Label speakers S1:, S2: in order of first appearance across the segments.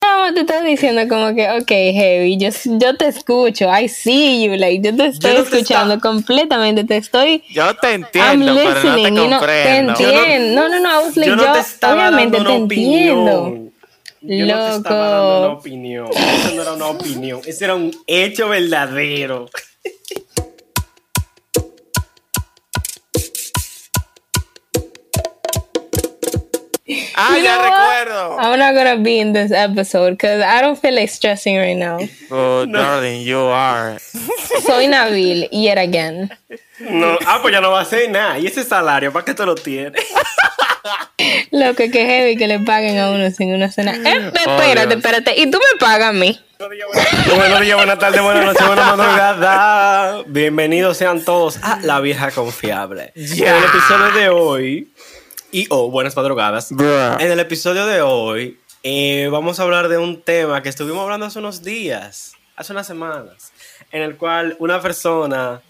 S1: como tú estás diciendo, como que, ok, Heavy, yo, yo te escucho, I see you, like, yo te estoy
S2: Yo no te
S1: escuchando
S2: está-
S1: completamente, te estoy...
S2: Yo te
S1: I'm
S2: entiendo, pero no te
S1: listening, y no, te
S2: comprendo. Yo no-
S1: entiendo. No, no, no, I was like,
S3: yo
S1: yo,
S3: no te estaba
S1: obviamente
S3: dando
S1: te
S3: una
S1: entiendo.
S3: opinión. Yo no te estaba
S1: Loco.
S3: dando una opinión. Eso no era una opinión. Ese era un hecho verdadero.
S2: Ah,
S1: You
S2: Ah, ya
S1: know what?
S2: recuerdo.
S1: I'm not gonna be in this episode because I don't feel like stressing right now.
S2: Oh, darling, you are.
S1: Soy Nabil, yet again.
S3: No, ah, pues ya no va a hacer nada. ¿Y ese salario? ¿Para qué te lo tienes?
S1: Lo que que heavy que le paguen a uno sin una cena. Eh, espérate,
S2: Oh, Dios.
S1: espérate. Y tú me pagas a mí.
S3: Buenos días, buenas tardes, buenas noches, buenas madrugadas. Bienvenidos sean todos a La Vieja Confiable. En el episodio de hoy, y oh, buenas madrugadas.
S2: Bruh.
S3: En el episodio de hoy, eh, vamos a hablar de un tema que estuvimos hablando hace unos días, hace unas semanas, en el cual una persona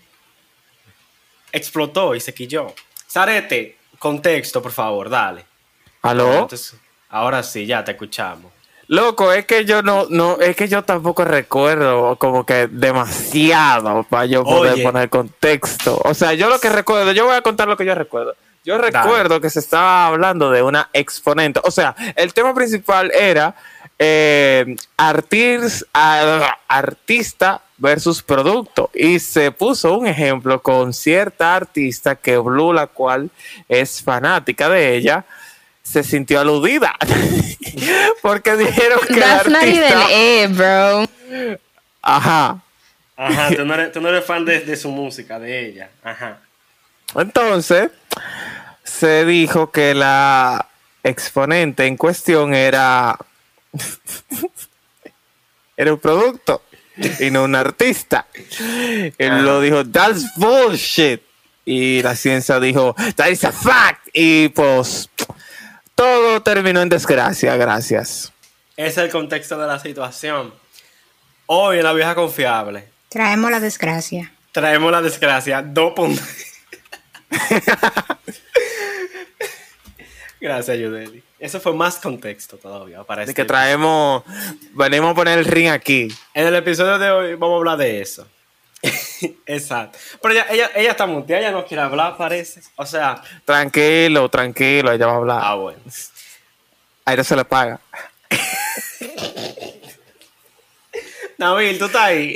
S3: explotó y se quilló. Sarete, contexto, por favor, dale.
S2: ¿Aló?
S3: Entonces, ahora sí, ya te escuchamos.
S2: Loco, es que yo no, no, es que yo tampoco recuerdo como que demasiado para yo poder
S3: Oye.
S2: poner contexto. O sea, yo lo que recuerdo, yo voy a contar lo que yo recuerdo. Yo recuerdo que se estaba hablando de una exponente. O sea, el tema principal era eh, artis- a- artista versus producto. Y se puso un ejemplo con cierta artista que Blue, la cual es fanática de ella, se sintió aludida. Porque dijeron que la
S1: That's not even
S2: artista...
S1: it, bro.
S2: Ajá.
S3: Ajá, tú no eres, tú no eres fan de, de su música, de ella. Ajá.
S2: Entonces, se dijo que la exponente en cuestión era. era un producto y no un artista. Él lo dijo, that's bullshit. Y la ciencia dijo, that is a fact. Y pues, todo terminó en desgracia, gracias.
S3: Ese es el contexto de la situación. Hoy en La Vieja Confiable
S4: Traemos la desgracia.
S3: traemos la desgracia 2.0. Gracias, Yudeli. Eso fue más contexto todavía para
S2: Así
S3: este
S2: que traemos, venimos a poner el ring aquí.
S3: En el episodio de hoy vamos a hablar de eso. Exacto. Pero ella, ella, ella está muteada, ella no quiere hablar, parece. O sea,
S2: Tranquilo, tranquilo, ella va a hablar.
S3: ah, bueno.
S2: A ella se le paga.
S3: Nabil, tú estás ahí.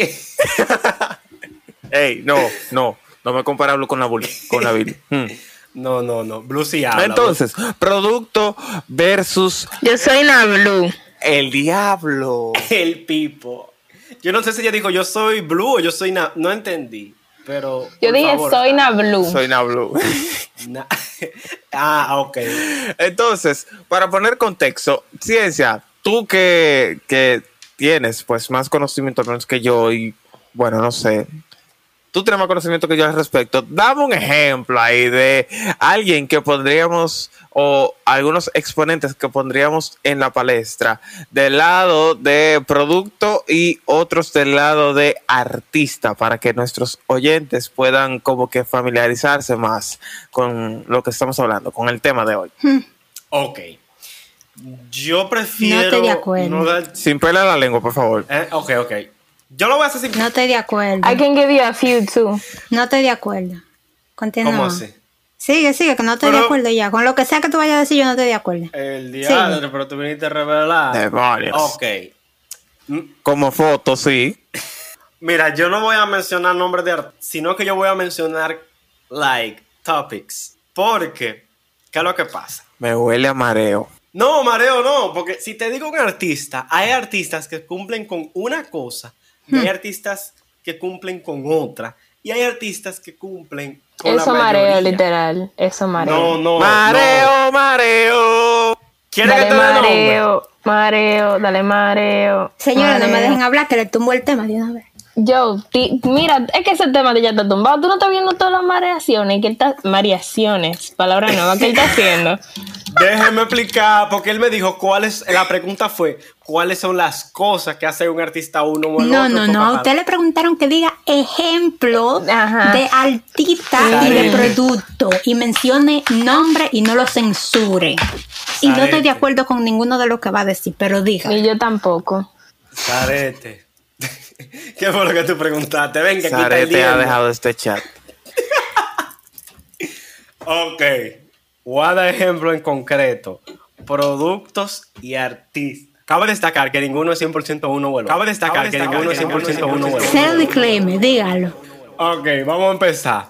S2: Ey, no, no, no me comparablo con la Bul- con la Ah, Bill. Hmm.
S3: No, no, no. Blue sí habla.
S2: Entonces, producto versus
S1: Yo soy Nablu.
S2: el diablo.
S3: El Pipo. Yo no sé si ella dijo yo soy blue o yo soy na no entendí, pero
S1: Yo
S3: por
S1: dije
S3: favor,
S1: soy Nablu.
S2: Soy Nablu.
S3: na- ah, ok.
S2: Entonces, para poner contexto, ciencia, tú que, que tienes pues más conocimiento al menos que yo y bueno, no sé. Tú tienes más conocimiento que yo al respecto. Dame un ejemplo ahí de alguien que pondríamos o algunos exponentes que pondríamos en la palestra del lado de producto y otros del lado de artista para que nuestros oyentes puedan como que familiarizarse más con lo que estamos hablando, con el tema de hoy.
S3: Ok. Yo prefiero
S4: No estoy de acuerdo.
S3: no dar-
S2: Sin pelar la lengua, por favor.
S3: eh, ok, ok. Yo lo voy a hacer sin
S4: No estoy de acuerdo.
S1: I can give you a few too.
S4: No estoy de acuerdo. Continúa.
S3: ¿Cómo así?
S4: Sigue, sigue, que no estoy
S3: Pero-
S4: de acuerdo ya. Con lo que sea que tú vayas a decir, yo no estoy de acuerdo.
S3: El diablo, pero tú viniste a revelar.
S2: Demonios.
S3: Ah, Ok.
S2: Como foto, sí.
S3: Mira, yo no voy a mencionar nombres de artistas, sino que yo voy a mencionar like topics, porque ¿qué es lo que pasa?
S2: Me huele a mareo.
S3: No, Mareo, no, porque si te digo un artista, hay artistas que cumplen con una cosa, y
S1: Hmm.
S3: hay artistas que cumplen con otra, y hay artistas que cumplen con
S1: Eso
S3: la mayoría.
S1: mareo, literal. Eso
S3: No,
S1: mareo.
S3: no, Oh, no.
S2: mareo, mareo.
S3: ¿Quieres que
S1: Dale
S3: te dé nombre?
S1: mareo, mareo, dale mareo.
S4: Señores, no me
S1: mareo.
S4: dejen hablar, que le tumbo el tema de una vez.
S1: Yo, ti- mira, es que ese tema de ya está tumbado. Tú no estás viendo todas las mareaciones que él está. Mareaciones, palabra nueva que él está haciendo.
S3: Déjeme explicar, porque él me dijo cuáles, la pregunta fue, ¿cuáles son las cosas que hace un artista uno o el
S4: No,
S3: otro?
S4: no,
S3: pa,
S4: no.
S3: pa,
S4: A
S3: pa.
S4: usted le preguntaron que diga ejemplo
S1: Ajá.
S4: de artista y de producto. Y mencione nombre y no lo censure. Y no estoy
S3: Arete.
S4: de acuerdo con ninguno de lo que va a decir, pero diga.
S1: Ni yo tampoco.
S3: Sarete. ¿Qué fue lo que tú preguntaste? Venga, aquí está el
S2: Sarete ha
S3: diente.
S2: dejado este chat.
S3: Ok. Voy a dar ejemplo en concreto. Productos y artistas. Cabe destacar que ninguno es 100% uno o el otro. Cabe destacar que ninguno es 100% uno o el otro.
S4: Sea disclaimer, dígalo.
S3: Ok, vamos a empezar.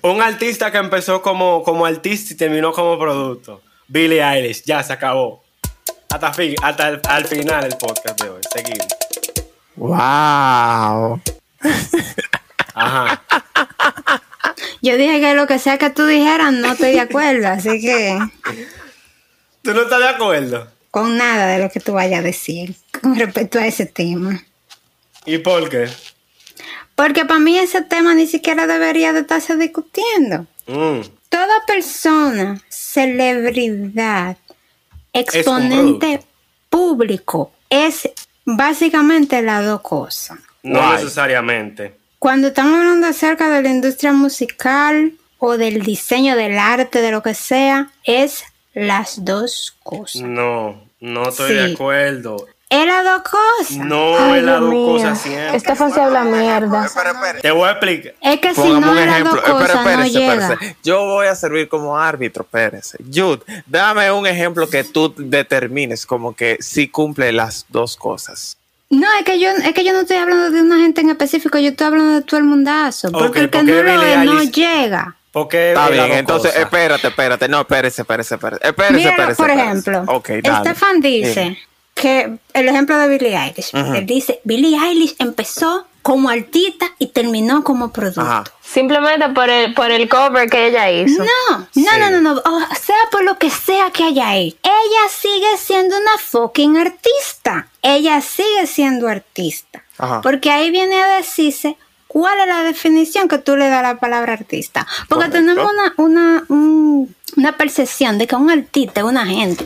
S3: Un artista que empezó como, como artista y terminó como producto. Billie Eilish, ya se acabó. Hasta, fin- hasta el, al final el podcast de hoy. Seguimos.
S2: Wow.
S3: Ajá.
S4: Yo dije que lo que sea que tú dijeras, no estoy de acuerdo, así que
S3: ¿Tú no estás de acuerdo?
S4: con nada de lo que tú vayas a decir con respecto a ese tema.
S3: ¿Y por qué?
S4: Porque para mí ese tema ni siquiera debería de estarse discutiendo.
S3: Mm,
S4: Toda persona, celebridad, exponente
S3: producto.
S4: público es básicamente las dos cosas.
S3: no
S2: Why?
S3: necesariamente.
S4: Cuando estamos hablando acerca de la industria musical o del diseño del arte, de lo que sea, es las dos
S2: Mm.
S4: cosas.
S3: No, no estoy de
S4: Sí.
S3: acuerdo.
S4: Es las dos cosas.
S3: No
S1: Ay,
S3: es
S1: Dios
S3: las dos
S1: mío.
S3: cosas siempre.
S1: Estefan se habla mierda.
S3: Te voy a explicar.
S4: Es que si
S2: Pongamos
S4: no
S2: un
S4: es las
S2: ejemplo.
S4: dos
S2: Espera,
S4: cosas, no
S2: espérese,
S4: llega.
S2: espérese. Yo voy a servir como árbitro, espérese. Jude, dame un ejemplo que tú determines como que sí cumple las dos cosas.
S4: No, es que, yo, es que yo no estoy hablando de una gente en específico, yo estoy hablando de todo el mundazo. Porque
S3: Ok,
S4: el que
S3: porque
S4: no lo
S3: Billie
S4: es, no
S3: Eilish-
S4: llega.
S3: Porque
S2: Está
S3: es las
S2: bien,
S3: dos
S2: entonces
S3: cosas.
S2: espérate, espérate. No, espérese, espérese, espérese. Espérese,
S4: Mira,
S2: espérese,
S4: por
S2: espérese.
S4: ejemplo,
S2: Ok, dale. Eh.
S4: Estefan dice
S2: Dime.
S4: que el ejemplo de Billie Eilish, él dice, Billie Eilish empezó como artista y terminó como producto.
S2: Ajá.
S1: Simplemente por el, por el cover que ella hizo.
S4: No, no, no, no, no, o sea por lo que sea que haya hecho, ella sigue siendo una fucking artista. Ella sigue siendo artista.
S2: Ajá.
S4: Porque ahí viene a decirse cuál es la definición que tú le das a la palabra artista. Porque
S2: Correcto.
S4: tenemos una, una, un- una percepción de que un artista es una gente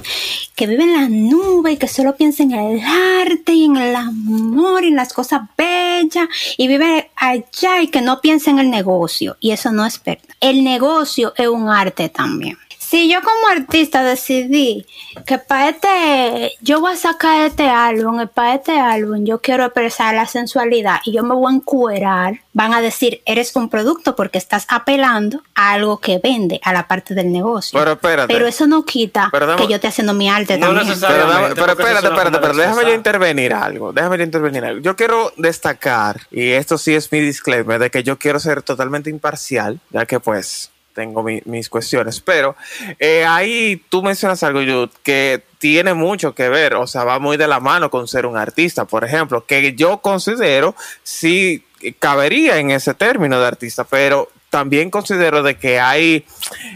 S4: que vive en la nube y que solo piensa en el arte y en el amor y en las cosas bellas y vive allá y que no piensa en el negocio. Y eso no es verdad. El negocio es un arte también. Si yo como artista decidí que para este, yo voy a sacar este álbum, y para este álbum yo quiero expresar la sensualidad y yo me voy a encuerar, van a decir, eres un producto porque estás apelando a algo que vende, a la parte del negocio.
S2: Pero espérate.
S4: Pero eso no quita
S2: Pero dame-
S4: que yo esté haciendo mi arte
S3: No
S4: también.
S3: necesariamente.
S2: Pero, dame-
S3: Obviamente,
S2: pero
S3: porque eso
S2: espérate,
S3: es una
S2: espérate, pero
S3: conversación,
S2: déjame yo
S3: ¿sabes?
S2: intervenir algo. Déjame yo intervenir algo. Yo quiero destacar, y esto sí es mi disclaimer, de que yo quiero ser totalmente imparcial, ya que pues tengo mi- mis cuestiones. Pero eh, ahí tú mencionas algo, Jude, que tiene mucho que ver, o sea, va muy de la mano con ser un artista, por ejemplo, que yo considero sí cabería en ese término de artista, pero también considero de que hay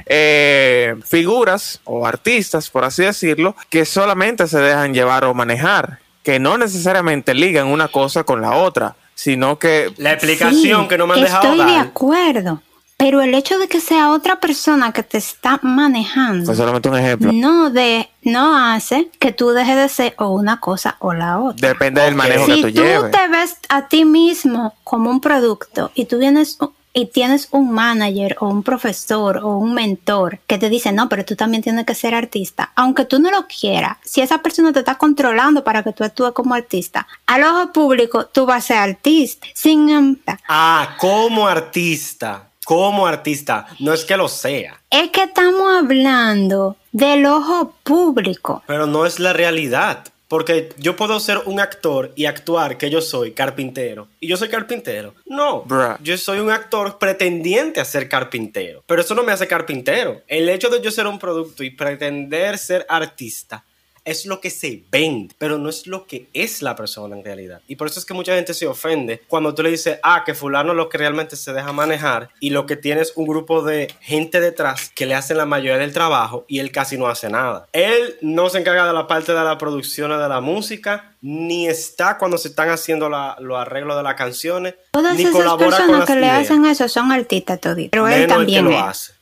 S2: eh, figuras o artistas, por así decirlo, que solamente se dejan llevar o manejar, que no necesariamente ligan una cosa con la otra, sino que...
S3: La explicación
S4: Sí,
S3: que no me han dejado
S4: Estoy de
S3: dar.
S4: acuerdo. Pero el hecho de que sea otra persona que te está manejando.
S2: Fue pues, solamente un ejemplo.
S4: No, de, no hace que tú dejes de ser o una cosa o la otra.
S2: Depende del
S3: Ok.
S2: manejo que
S4: si
S2: tú
S4: tú,
S2: lleves.
S4: te ves a ti mismo como un producto y tú vienes u- y tienes un manager o un profesor o un mentor que te dice, no, pero tú también tienes que ser artista, aunque tú no lo quieras, si esa persona te está controlando para que tú actúes como artista, al ojo público tú vas a ser artista. Sin embargo,
S3: Ah, como artista. Como artista. No es que lo sea.
S4: es que estamos hablando del ojo público.
S3: Pero no es la realidad. Porque yo puedo ser un actor y actuar que yo soy carpintero. Y yo soy carpintero. No.
S2: Bruh.
S3: Yo soy un actor pretendiente a ser carpintero. Pero eso no me hace carpintero. El hecho de yo ser un producto y pretender ser artista es lo que se vende, pero no es lo que es la persona en realidad. Y por eso es que mucha gente se ofende cuando tú le dices, ah, que fulano es lo que realmente se deja manejar y lo que tiene es un grupo de gente detrás que le hacen la mayoría del trabajo y él casi no hace nada. Él no se encarga de la parte de la producción o de la música, ni está cuando se están haciendo la- los arreglos de las canciones,
S4: Todas
S3: ni
S4: esas
S3: colabora con
S4: personas
S3: las
S4: que le
S3: ideas.
S4: hacen eso son artistas toditos, pero él
S3: Menos el que
S4: también
S3: lo
S4: es.
S3: hace.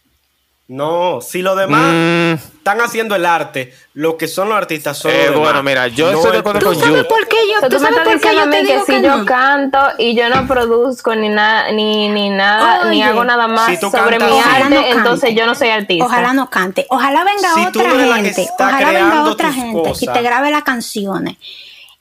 S3: No, si los demás
S2: Mm,
S3: están haciendo el arte, lo que son los artistas son.
S2: Eh,
S3: los
S2: bueno,
S3: demás.
S2: mira, yo
S3: No
S2: estoy de
S3: el-
S2: acuerdo
S4: ¿Tú
S2: con
S4: sabes
S2: Jude.
S4: por qué
S1: O
S4: yo,
S1: sea,
S4: ¿tú
S1: tú me
S4: sabes
S1: estás
S4: por qué
S1: diciendo a
S4: yo te
S1: mí que
S4: digo
S1: si
S4: que
S1: yo
S4: no?
S1: canto y yo no produzco ni nada, ni, ni nada, ni
S4: Oye.
S1: hago nada más
S3: Si tú
S1: sobre
S3: cantas,
S1: mi
S3: Ojalá
S1: arte,
S4: no cante.
S1: entonces yo no soy artista.
S4: Ojalá no cante. Ojalá venga
S3: Si tú
S4: otra
S3: eres la que
S4: gente.
S3: está
S4: Ojalá venga
S3: creando
S4: otra
S3: tus
S4: gente y
S3: cosas. Mm.
S4: te grabe las canciones.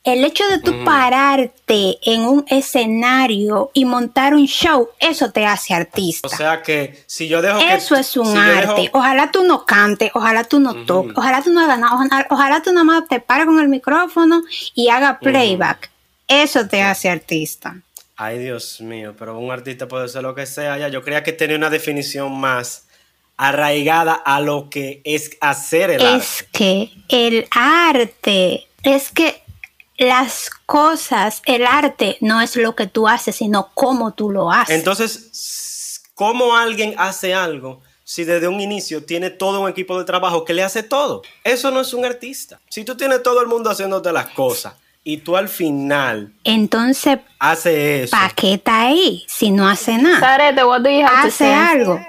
S4: El hecho de tú pararte en un escenario y montar un show, eso te hace artista.
S3: O sea que si yo dejo que-
S4: eso es un
S3: si yo dejo-
S4: arte. Ojalá tú no cantes, ojalá tú no toques, ojalá tú no hagas nada, ojalá, ojalá tú nada más te pares con el micrófono y haga playback. Eso te hace artista.
S3: Ay, Dios mío, pero un artista puede ser lo que sea. Ya, yo creía que tenía una definición más arraigada a lo que es hacer el arte.
S4: es que el arte, es que las cosas, el arte no es lo que tú haces, sino cómo tú lo haces.
S3: Entonces, s- ¿cómo alguien hace algo si desde un inicio tiene todo un equipo de trabajo que le hace todo? Eso no es un artista. Si tú tienes todo el mundo haciéndote las cosas y tú al final
S4: Entonces,
S3: haces eso,
S4: ¿para qué está ahí si no hace nada?
S1: Sarete, what do you have to
S4: Hace
S1: say?
S4: algo.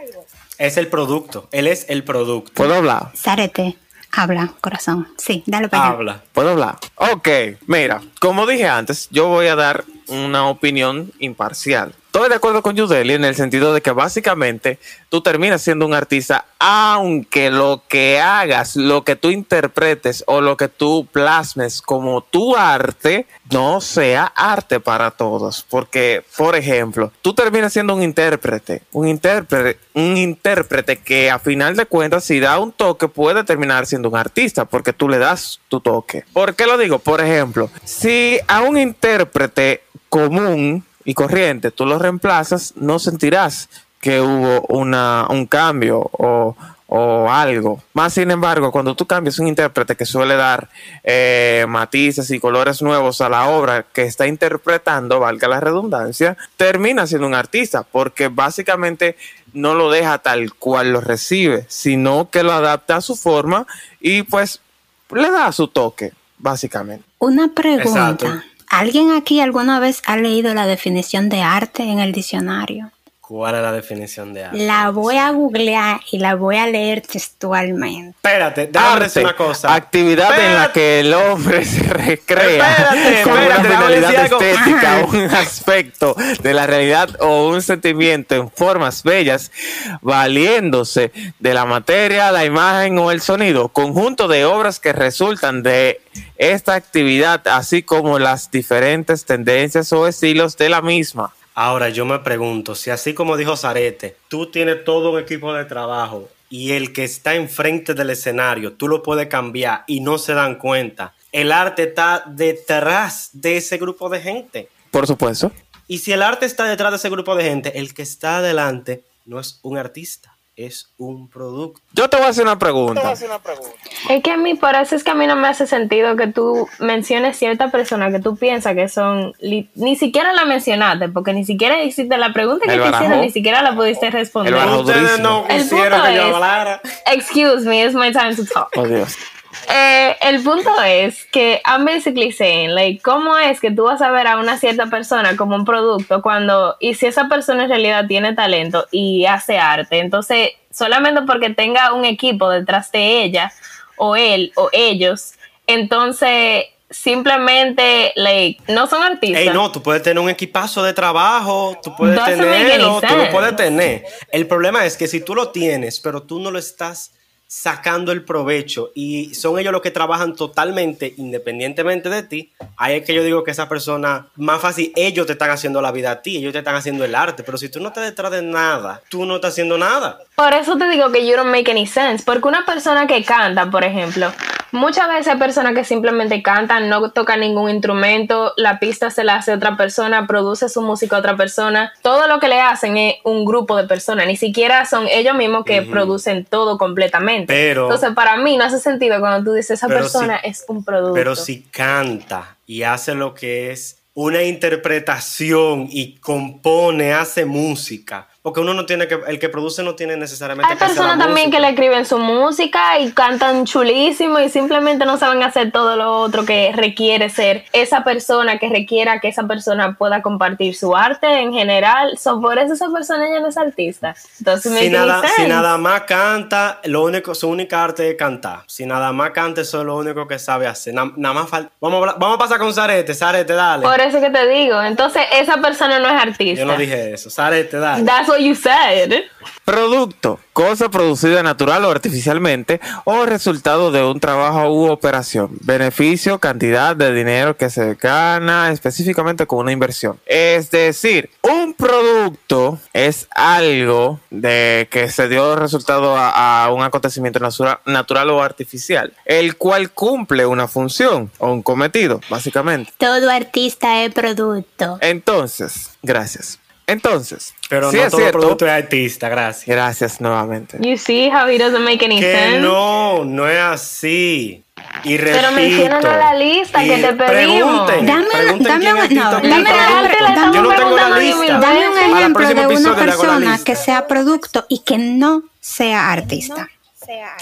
S3: es el producto. Él es el producto.
S2: ¿Puedo hablar?
S4: Sárete, habla, corazón. Sí, dale para allá.
S3: Habla.
S2: ¿Puedo hablar? Ok, mira, como dije antes, yo voy a dar una opinión imparcial. Estoy de acuerdo con Yudeli en el sentido de que básicamente tú terminas siendo un artista, aunque lo que hagas, lo que tú interpretes o lo que tú plasmes como tu arte no sea arte para todos. Porque, por ejemplo, tú terminas siendo un intérprete, un intérprete, un intérprete que a final de cuentas, si da un toque, puede terminar siendo un artista, porque tú le das tu toque. ¿Por qué lo digo? Por ejemplo, si a un intérprete común y corriente tú lo reemplazas, no sentirás que hubo una, un cambio o, o algo. Más sin embargo, cuando tú cambias un intérprete que suele dar eh, matices y colores nuevos a la obra que está interpretando, valga la redundancia, termina siendo un artista, porque básicamente no lo deja tal cual lo recibe, sino que lo adapta a su forma y pues le da su toque, básicamente.
S4: Una pregunta.
S3: Exacto.
S4: ¿Alguien aquí alguna vez ha leído la definición de arte en el diccionario?
S3: ¿Cuál es la definición de arte?
S4: La voy a googlear y la voy a leer textualmente.
S3: Espérate, déjame
S2: Arte,
S3: decir una cosa.
S2: Actividad en la
S3: Espérate.
S2: que el hombre se recrea
S3: Espérate,
S2: con
S3: espérate,
S2: una
S3: déjame
S2: finalidad
S3: decir algo.
S2: estética, un aspecto de la realidad o un sentimiento en formas bellas, valiéndose de la materia, la imagen o el sonido, conjunto de obras que resultan de esta actividad, así como las diferentes tendencias o estilos de la misma.
S3: Ahora yo me pregunto, si así como dijo Zarete, tú tienes todo un equipo de trabajo y el que está enfrente del escenario, tú lo puedes cambiar y no se dan cuenta. El arte está detrás de ese grupo de gente.
S2: Por supuesto.
S3: Y si el arte está detrás de ese grupo de gente, el que está adelante no es un artista, es un producto.
S2: Yo te voy a hacer una pregunta.
S1: Es que a mí, por eso es que a mí no me hace sentido que tú menciones cierta persona que tú piensas que son. li- ni siquiera la mencionaste, porque ni siquiera hiciste la pregunta que
S2: El
S1: te hicieron,
S2: barajo.
S1: ni siquiera la pudiste responder.
S2: El barajo.
S3: Ustedes no
S1: El
S3: quisieron
S1: punto
S3: que yo
S1: es-
S3: hablara.
S1: Excuse me, it's my time to talk.
S2: Oh Dios.
S1: Eh, el punto es que I'm basically saying, like, ¿cómo es que tú vas a ver a una cierta persona como un producto cuando, y si esa persona en realidad tiene talento y hace arte, entonces solamente porque tenga un equipo detrás de ella o él o ellos, entonces simplemente, like, no son artistas.
S3: Ey, no, tú puedes tener un equipazo de trabajo, tú puedes
S1: Doesn't make any
S3: tenerlo, tú
S1: sense.
S3: lo puedes tener. El problema es que si tú lo tienes, pero tú no lo estás sacando el provecho y son ellos los que trabajan totalmente independientemente de ti, ahí es que yo digo que esa persona, más fácil, ellos te están haciendo la vida a ti, ellos te están haciendo el arte, pero si tú no estás detrás de nada, tú no estás haciendo nada.
S1: Por eso te digo que you don't make any sense. Porque una persona que canta, por ejemplo, muchas veces hay personas que simplemente cantan, no tocan ningún instrumento, la pista se la hace otra persona, produce su música otra persona. Todo lo que le hacen es un grupo de personas, ni siquiera son ellos mismos que producen todo completamente.
S3: Pero-
S1: Entonces, para mí no hace sentido cuando tú dices esa
S3: Pero
S1: persona
S3: si-
S1: es un producto.
S3: Pero si canta y hace lo que es una interpretación y compone, hace música. Porque uno no tiene que, el que produce no tiene necesariamente
S1: Hay
S3: que hacer la
S1: personas también que
S3: música.
S1: le escriben su música y cantan chulísimo y simplemente no saben hacer todo lo otro que requiere ser esa persona, que requiera que esa persona pueda compartir su arte en general. So, por eso esa persona ya no es artista. Entonces me
S3: Si nada, si nada más canta, lo único, su única arte es cantar. Si nada más canta, eso es lo único que sabe hacer. Na- nada más falta. Vamos, a hablar- vamos a pasar con Sarete. Sarete, dale.
S1: Por eso que te digo. Entonces esa persona no es artista.
S3: Yo no dije eso. Sarete, dale.
S1: That's what you said.
S2: Producto, cosa producida natural o artificialmente o resultado de un trabajo u operación. Beneficio, cantidad de dinero que se gana específicamente con una inversión. Es decir, un producto es algo de que se dio resultado a, a un acontecimiento natura- natural o artificial, el cual cumple una función o un cometido, básicamente.
S4: Todo artista es producto.
S2: Entonces, gracias. Entonces,
S3: Pero
S2: sí
S3: no
S2: es
S3: todo
S2: cierto.
S3: producto es artista, gracias.
S2: Gracias nuevamente.
S1: You see how it doesn't make any
S3: Que
S1: sense.
S3: no, no es así. Y
S1: Pero
S3: repito,
S1: menciónanos la lista que te pedimos.
S3: Pregunten,
S4: Dame una-
S3: pregunten
S4: dame
S3: quién
S4: una-
S3: es Tito
S4: no,
S3: Quim.
S1: dame una-
S3: Pregunten.
S1: dame una-
S3: Yo no tengo la
S1: dame una-
S3: lista.
S4: Dame un
S1: Para el
S4: ejemplo
S3: próximo
S4: de una
S3: episodio le hago la
S4: persona
S3: lista.
S4: que sea producto y que no sea artista.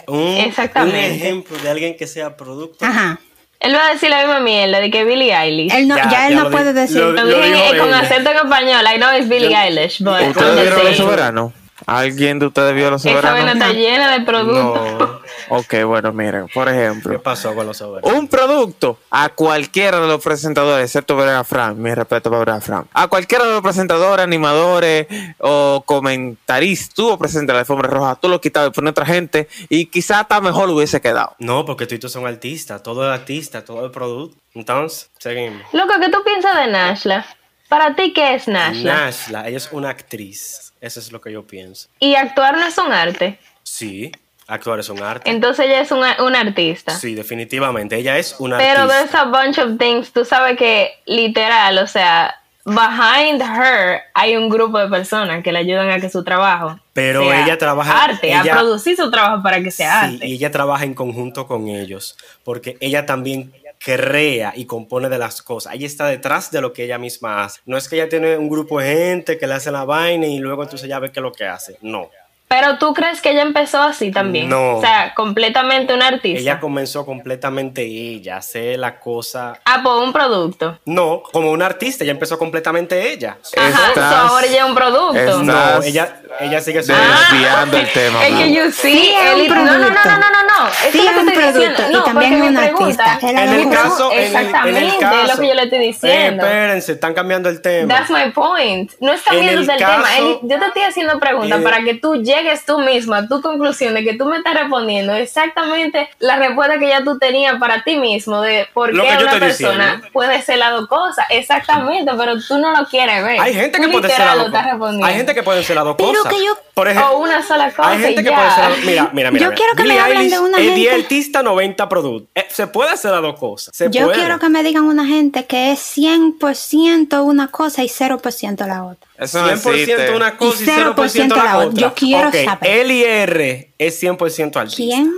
S3: Un,
S1: Exactamente.
S3: un ejemplo de alguien que sea producto.
S4: Ajá.
S1: Él va a decir la misma mierda de que Billie Eilish.
S4: Él no,
S3: Ya,
S4: ya,
S3: ya
S4: él
S3: lo
S4: no puede
S3: di-
S4: decir.
S3: lo-
S1: Lo dije
S3: dijo
S1: con
S3: ella.
S1: acento en español. I know it's Billie
S3: Yo-
S1: Eilish, but I'm
S2: ¿Ustedes
S1: just
S2: vieron los
S1: saying.
S2: soberanos? ¿Alguien de ustedes vio los
S1: Esa vaina
S2: soberanos?
S1: está llena de productos.
S2: No. Ok, bueno, miren, por
S3: ¿Qué
S2: ejemplo,
S3: pasó con los soberanos?
S2: un producto a cualquiera de los presentadores, excepto Brea Frank, mi respeto para Brea Frank, a cualquiera de los presentadores, animadores o comentaristas, tú presentas la alfombra roja, tú lo quitabas y pones otra gente y quizás hasta mejor hubiese quedado.
S3: No, porque Tito son artistas, todo es artista, todo es producto. Entonces, seguimos.
S1: Loco, ¿qué tú piensas de Nashla? Para ti, ¿qué es Nashla?
S3: Nashla, ella es una actriz. Eso es lo que yo pienso.
S1: Y actuar no es un arte.
S3: Sí, actuar es un arte.
S1: Entonces ella es una, una artista.
S3: Sí, definitivamente, ella es una
S1: Pero
S3: artista.
S1: there's a bunch of things. Tú sabes que, literal, o sea, behind her hay un grupo de personas que le ayudan a que su trabajo.
S3: Pero
S1: sea
S3: ella trabaja-
S1: Arte,
S3: ella-
S1: a producir su trabajo para que sea
S3: Sí,
S1: arte.
S3: y ella trabaja en conjunto con ellos, porque ella también crea y compone de las cosas. Ella está detrás de lo que ella misma hace. No es que ella tiene un grupo de gente que le hace la vaina y luego entonces ella ve qué es lo que hace. No.
S1: Pero tú crees que ella empezó así también.
S3: No.
S1: O sea, completamente una artista.
S3: Ella comenzó completamente ella, hace la cosa.
S1: Ah, por un producto.
S3: No, como una artista, ella empezó completamente ella.
S1: Ajá,
S2: Estás-
S1: so ahora ya es un producto.
S2: estás-
S3: No, ella, ella sigue su.
S1: Ah,
S2: desviando el tema,
S1: Es que
S2: Mau.
S1: yo sí,
S4: Sí, es un
S1: él- no, no, no,
S4: producto.
S1: no, no, no, no. Eso
S4: Sí,
S1: es lo
S4: es
S1: que
S4: un
S1: estoy
S4: producto,
S1: diciendo.
S4: y
S1: No,
S4: también
S1: porque
S4: es
S1: mi
S4: una
S1: pregunta-
S4: artista. Él
S3: En el
S4: No,
S3: caso. en el- en el
S1: Exactamente, es lo
S3: caso-
S1: que yo le estoy diciendo.
S3: Eh, espérense, están cambiando el tema.
S1: That's my point. No es
S3: En
S1: cambiando
S3: el
S1: del tema.
S3: caso-
S1: Eli, Yo te estoy haciendo preguntas
S3: Eh.
S1: para que tú llegues tú misma a tu conclusión de que tú me estás respondiendo exactamente la respuesta que ya tú tenías para ti mismo de por
S3: Lo
S1: qué
S3: que yo
S1: una
S3: estoy
S1: persona
S3: diciendo.
S1: puede ser las dos cosas. Exactamente, pero tú no lo quieres ver.
S3: Hay gente
S1: Tú
S3: que puede ser
S1: literal
S3: las
S1: lo
S3: dos
S1: estás
S3: cosas.
S1: respondiendo.
S3: Hay gente que puede ser las dos
S4: Pero
S3: cosas.
S4: que yo-
S3: Por ejemplo,
S1: O una sola cosa.
S3: Hay gente que
S1: ya.
S3: puede ser. la- Mira, mira, mira.
S4: Yo
S3: mira.
S4: quiero que me
S3: Billie
S4: hablen de
S3: Eilish
S4: una
S3: es
S4: gente-
S3: 10 artista, 90 producto. Eh, se puede hacer las dos cosas. Se
S4: Yo
S3: puede.
S4: quiero que me digan una gente que es 100% una cosa y 0% la otra.
S2: Eso no
S3: 100%
S2: existe.
S3: una cosa y
S4: Y 0%
S3: 0% la
S4: la
S3: otra.
S4: otra. Yo quiero
S3: Ok,
S4: saber.
S3: LIR es 100% artista.
S4: ¿Quién?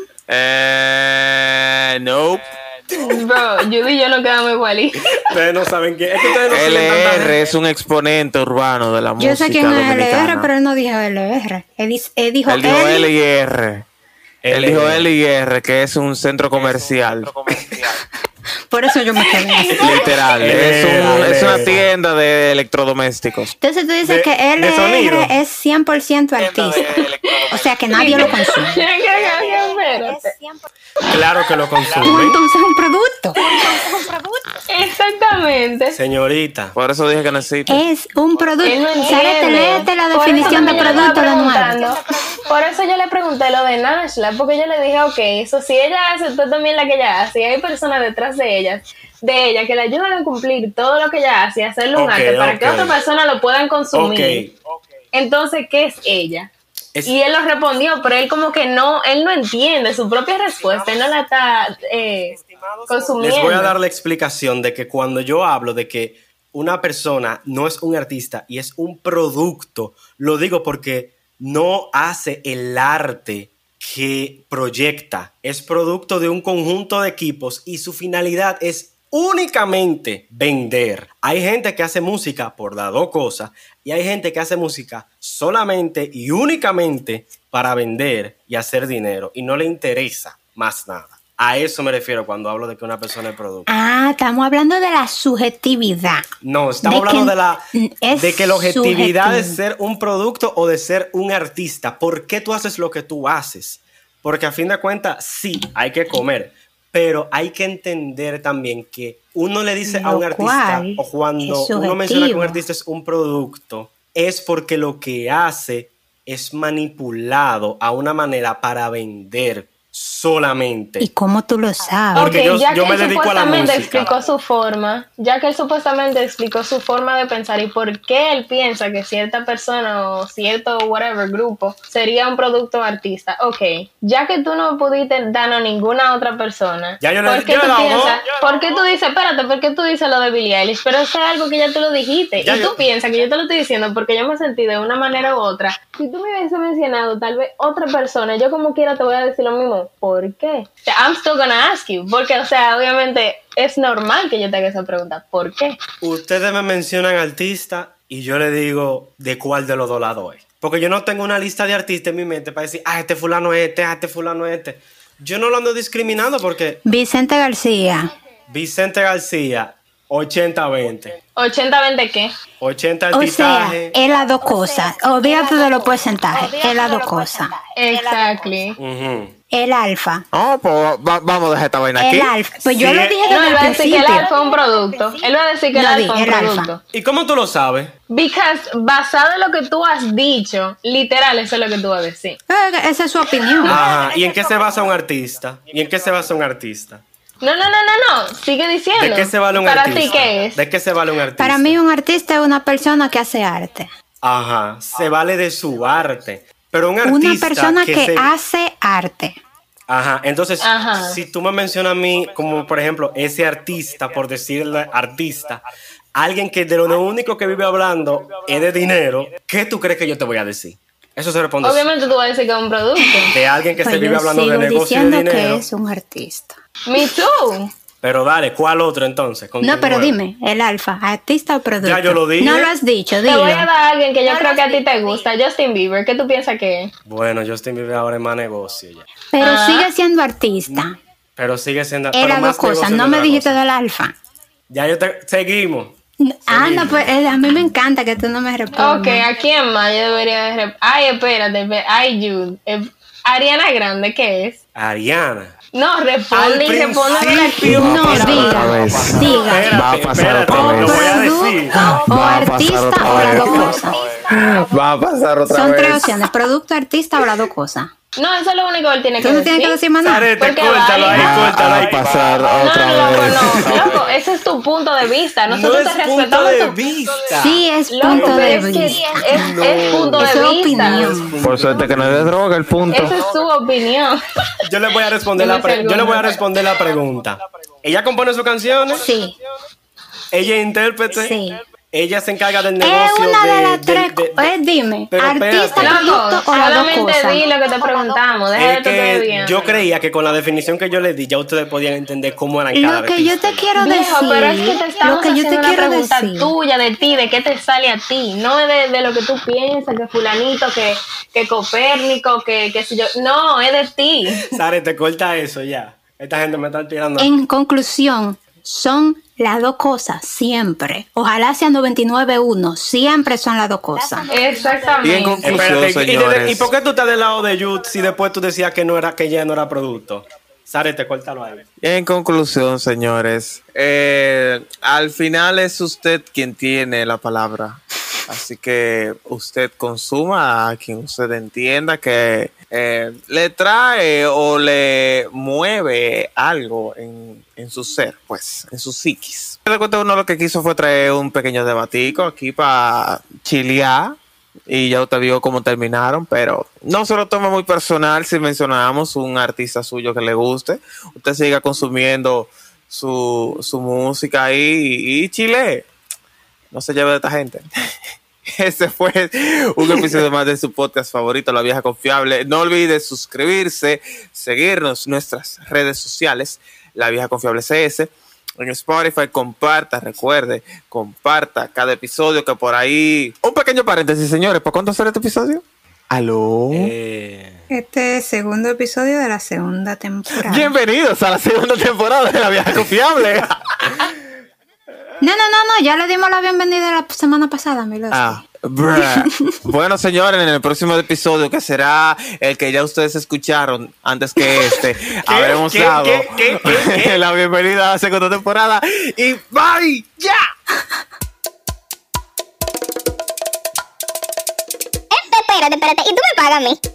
S2: Eh, nope.
S1: Bro, Judy y yo no quedamos igualitos.
S3: Ustedes no saben quién. Es que ustedes no siguen tanta
S2: LR
S3: gente.
S2: es un exponente urbano de la música
S4: Yo sé quién es
S2: dominicana.
S4: LR, pero él no dijo LR. Él, dis- él dijo
S2: Él dijo
S4: L.
S2: LIR. Él
S3: LIR.
S2: dijo LIR, que es un centro comercial.
S4: Por eso yo me quedé así.
S2: Literal. Es, un-
S3: LIR.
S2: es una tienda de electrodomésticos.
S4: Entonces tú dices
S3: De-
S4: que
S3: de sonido.
S4: LR es 100% artista. O sea que nadie lo consume.
S1: Espérate.
S3: Claro que lo
S4: Pues
S3: consumen.
S4: entonces es un producto.
S1: Exactamente.
S3: Señorita.
S2: Por eso dije que necesito.
S4: Es un producto.
S1: Él no
S4: Sárate,
S1: entiende.
S4: léete la
S1: Por eso
S4: definición de
S1: también yo le
S4: producto de
S1: estaba
S4: nuevo.
S1: preguntando. Por eso yo le pregunté lo de Nashla, porque yo le dije, ok, eso si ella hace, tú también la que ella hace, y hay personas detrás de ella, de ella, que la ayudan a cumplir todo lo que ella hace, y hacerle un
S3: Ok,
S1: arte para que
S3: ok.
S1: otras personas lo puedan consumir. Entonces, ¿qué es ella?
S3: Es-
S1: Y él lo respondió, pero él como que no, él no entiende su propia respuesta, él no la está eh, consumiendo.
S3: Les voy a dar la explicación de que cuando yo hablo de que una persona no es un artista y es un producto, lo digo porque no hace el arte que proyecta. Es producto de un conjunto de equipos y su finalidad es únicamente vender. Hay gente que hace música por las dos cosas y hay gente que hace música solamente y únicamente para vender y hacer dinero y no le interesa más nada. A eso me refiero cuando hablo de que una persona es producto.
S4: Ah, estamos hablando de la subjetividad.
S3: No, estamos
S4: De
S3: hablando
S4: que
S3: de la
S4: es
S3: de que la objetividad de
S4: subjetivo.
S3: ser un producto o de ser un artista. ¿Por qué tú haces lo que tú haces? Porque a fin de cuentas, sí, hay que comer, pero hay que entender también que uno le dice a
S4: Lo
S3: un artista,
S4: cual
S3: o cuando
S4: es
S3: uno menciona que
S4: subjetivo.
S3: un artista es un producto, es porque lo que hace es manipulado a una manera para vender solamente.
S4: ¿Y cómo tú lo sabes?
S3: Porque
S1: Ah, Ok,
S3: yo-
S1: ya
S3: yo
S1: que
S3: me
S1: él
S3: dedico a la
S1: supuestamente
S3: música.
S1: explicó su forma, ya que él supuestamente explicó su forma de pensar y por qué él piensa que cierta persona o cierto whatever grupo sería un producto artista. Ok, ya que tú no pudiste dar a ninguna otra persona,
S3: Ya yo le-
S1: ¿por qué
S3: yo
S1: tú
S3: la hago,
S1: piensas?
S3: yo la
S1: ¿Por qué tú dices, espérate, por qué tú dices lo de Billie Eilish? Pero eso es algo que ya tú lo dijiste
S3: Ya
S1: y
S3: yo-
S1: tú piensas que yo te lo estoy diciendo porque yo me sentí de una manera u otra. Si tú me hubiese mencionado tal vez otra persona, yo como quiera te voy a decir lo mismo. ¿Por qué? O sea, I'm still gonna ask you. Porque, o sea, obviamente es normal que yo te haga esa pregunta. ¿Por qué?
S3: Ustedes me mencionan artista y yo le digo de cuál de los dos lados es. Porque yo no tengo una lista de artistas en mi mente para decir, ah, este fulano es este, ah, este fulano es este. Yo no lo ando discriminando porque
S4: Vicente García.
S3: Vicente García, 80-20.
S1: 80-20 qué?
S3: 80
S4: O sea, eh,
S3: artistaje.
S4: es las dos cosas. Olvídate de los porcentajes. Es las dos cosas.
S1: Exactly.
S3: Ujú.
S4: El alfa.
S2: Oh, pues va- vamos a dejar esta vaina aquí.
S4: El alfa. Pues yo
S3: Sí.
S4: lo dije
S1: No,
S4: desde
S1: él
S4: el
S1: va a decir que
S4: principio.
S1: el alfa es un producto. Él va a decir que el
S4: Lo
S1: alfa
S4: vi,
S1: es un
S4: el alfa.
S1: producto.
S3: ¿Y cómo tú lo sabes?
S1: Because basado en lo que tú has dicho, literal, eso es lo que tú vas a decir.
S4: Eh, Esa es su opinión.
S3: Ajá. ¿Y en qué se basa un artista? ¿Y en qué se basa un artista?
S1: No, no, no, no, no. Sigue diciendo.
S3: ¿De qué se vale un
S1: ¿Para
S3: artista?
S1: ti qué es?
S3: ¿De qué se vale un artista?
S4: Para mí un artista es una persona que hace arte.
S3: Ajá. Se vale de su arte. Pero un artista
S4: Una persona que,
S3: se-
S4: hace arte.
S3: Ajá, entonces,
S1: Ajá.
S3: si tú me mencionas a mí como, por ejemplo, ese artista, por decirle artista, alguien que de lo único que vive hablando es de dinero, ¿qué tú crees que yo te voy a decir? Eso se responde
S1: Obviamente tú vas a decir que es un producto.
S3: de alguien que se
S4: Pues
S3: vive
S4: yo
S3: hablando de
S4: sigo
S3: negocio y
S4: diciendo
S3: de
S4: que
S3: dinero.
S4: es un artista.
S1: Me too.
S3: Pero dale, ¿cuál otro entonces? Continúa.
S4: No, pero dime, el alfa, artista o producto.
S3: Ya yo lo dije.
S4: No lo has dicho,
S1: Te
S4: dilo.
S1: voy a dar a alguien que yo
S4: No
S1: creo
S4: lo
S1: que a ti
S4: sé,
S1: te gusta, Justin Bieber. ¿Qué tú piensas que es?
S3: Bueno, yo estoy viviendo ahora en más negocio ya.
S4: Pero
S1: Ah.
S4: sigue siendo artista.
S3: Pero sigue siendo. pero
S4: Era dos
S3: más
S4: cosas,
S3: negocio
S4: no
S3: que
S4: me
S3: otra
S4: dijiste
S3: cosa.
S4: del alfa.
S3: Ya yo te. Seguimos.
S4: Ah, no, pues eh, a mí me encanta que tú no me respondas.
S1: Ok, ¿a quién más yo debería de rep- Ay, espérate, espé- ay, Jude. Eh, Ariana Grande, ¿qué es?
S3: Ariana.
S1: No, responde
S3: Al
S1: y responde
S3: principio-
S1: aquí.
S4: No,
S3: Mira,
S2: otra
S4: diga,
S2: vez.
S4: diga.
S2: Va a
S3: Espérate,
S2: pasar
S3: espérate,
S2: otra
S3: lo
S2: vez.
S3: voy a decir.
S4: Producto o
S2: Va a pasar otra
S4: artista o las
S2: vez.
S4: dos cosas.
S2: Va a pasar otra
S4: Son
S2: vez.
S4: tres opciones, producto, artista o las dos cosas.
S1: No, eso es lo único que él tiene que
S4: Tú no
S1: decir.
S4: tienes que decir más nada.
S3: Sarete,
S1: Porque
S3: córtalo ahí,
S1: baila.
S2: Va
S3: córtalo ahí.
S2: a pasar
S1: No,
S2: otra
S1: no, loco,
S2: vez.
S1: no. Loco, ese es tu punto de vista. Nosotros
S3: no
S1: te
S3: es punto
S1: respetamos
S3: de
S1: tu
S3: vista.
S4: Sí, es
S1: Loco,
S4: punto
S1: pero
S4: de
S1: es que
S4: vista.
S1: Es, es punto
S4: Es
S1: de
S4: su
S1: vista.
S4: opinión.
S2: Por suerte que no es de droga el punto.
S1: Esa es su opinión.
S3: Yo le voy a responder la pre- yo le voy a responder la pregunta. Ella compone sus canciones,
S4: Sí,
S3: ella es intérprete,
S4: Sí.
S3: ella se encarga del
S4: es
S3: negocio.
S4: una de las
S3: de-
S4: tres.
S3: de- de-
S4: eh, Dime,
S3: Pero
S4: artista,
S3: espérate.
S4: producto
S1: Loco,
S4: o las dos
S1: solamente
S4: cosas.
S1: di lo que te preguntamos. Deja de
S3: Es
S1: tu
S3: que
S1: teoría.
S3: yo creía que con la definición que yo le di ya ustedes podían entender cómo eran cada
S4: Lo que yo te quiero decir,
S1: Viejo, pero es que te
S4: lo
S1: estamos
S4: que yo
S1: haciendo
S4: te
S1: una
S4: quiero
S1: pregunta
S4: decir,
S1: tuya, de ti, de qué te sale a ti, no de, de lo que tú piensas, que fulanito, que, que Copérnico, que qué sé yo. No, es de ti.
S3: Sare, te corta eso ya. Esta gente me está tirando.
S4: en conclusión, son las dos cosas siempre. Ojalá sea 99.1, siempre son las dos cosas.
S2: Y en
S1: Exactamente.
S2: conclusión,
S3: Espérate, y,
S2: señores.
S3: y- y por qué tú estás del lado de Youth si después tú decías que no era que ella no era producto? Sare, te córtalo ahí.
S2: En conclusión, señores, eh, al final es usted quien tiene la palabra. Así que usted consuma a quien usted entienda que eh, le trae o le mueve algo en, en su ser, pues, en su psiquis. Me doy cuenta uno lo que quiso fue traer un pequeño debatico aquí para chilear y ya usted vio cómo terminaron, pero no se lo tome muy personal si mencionamos un artista suyo que le guste. Usted siga consumiendo su, su música ahí y, y chile. No se lleve de esta gente. Ese fue un episodio más de su podcast favorito, La Vieja Confiable. No olvide suscribirse, seguirnos en nuestras redes sociales, La Vieja Confiable CS. en Spotify. Comparta, recuerde, comparta cada episodio que por ahí. Un pequeño paréntesis, señores. ¿Para cuándo será este episodio? ¿Aló?
S3: Eh,
S5: Este segundo episodio de la segunda temporada.
S2: Bienvenidos a la segunda temporada de La Vieja Confiable.
S4: No, no, no, no, ya le dimos la bienvenida la semana pasada, Milos.
S2: Ah, bruh. bueno, señores, en el próximo episodio, que será el que ya ustedes escucharon antes que este, habremos
S3: ¿Qué?
S2: dado
S3: ¿Qué? ¿Qué? ¿Qué? ¿Qué?
S2: la bienvenida a la segunda temporada. Y bye, ya.
S6: Espérate, espérate, ¿y tú me pagas a mí?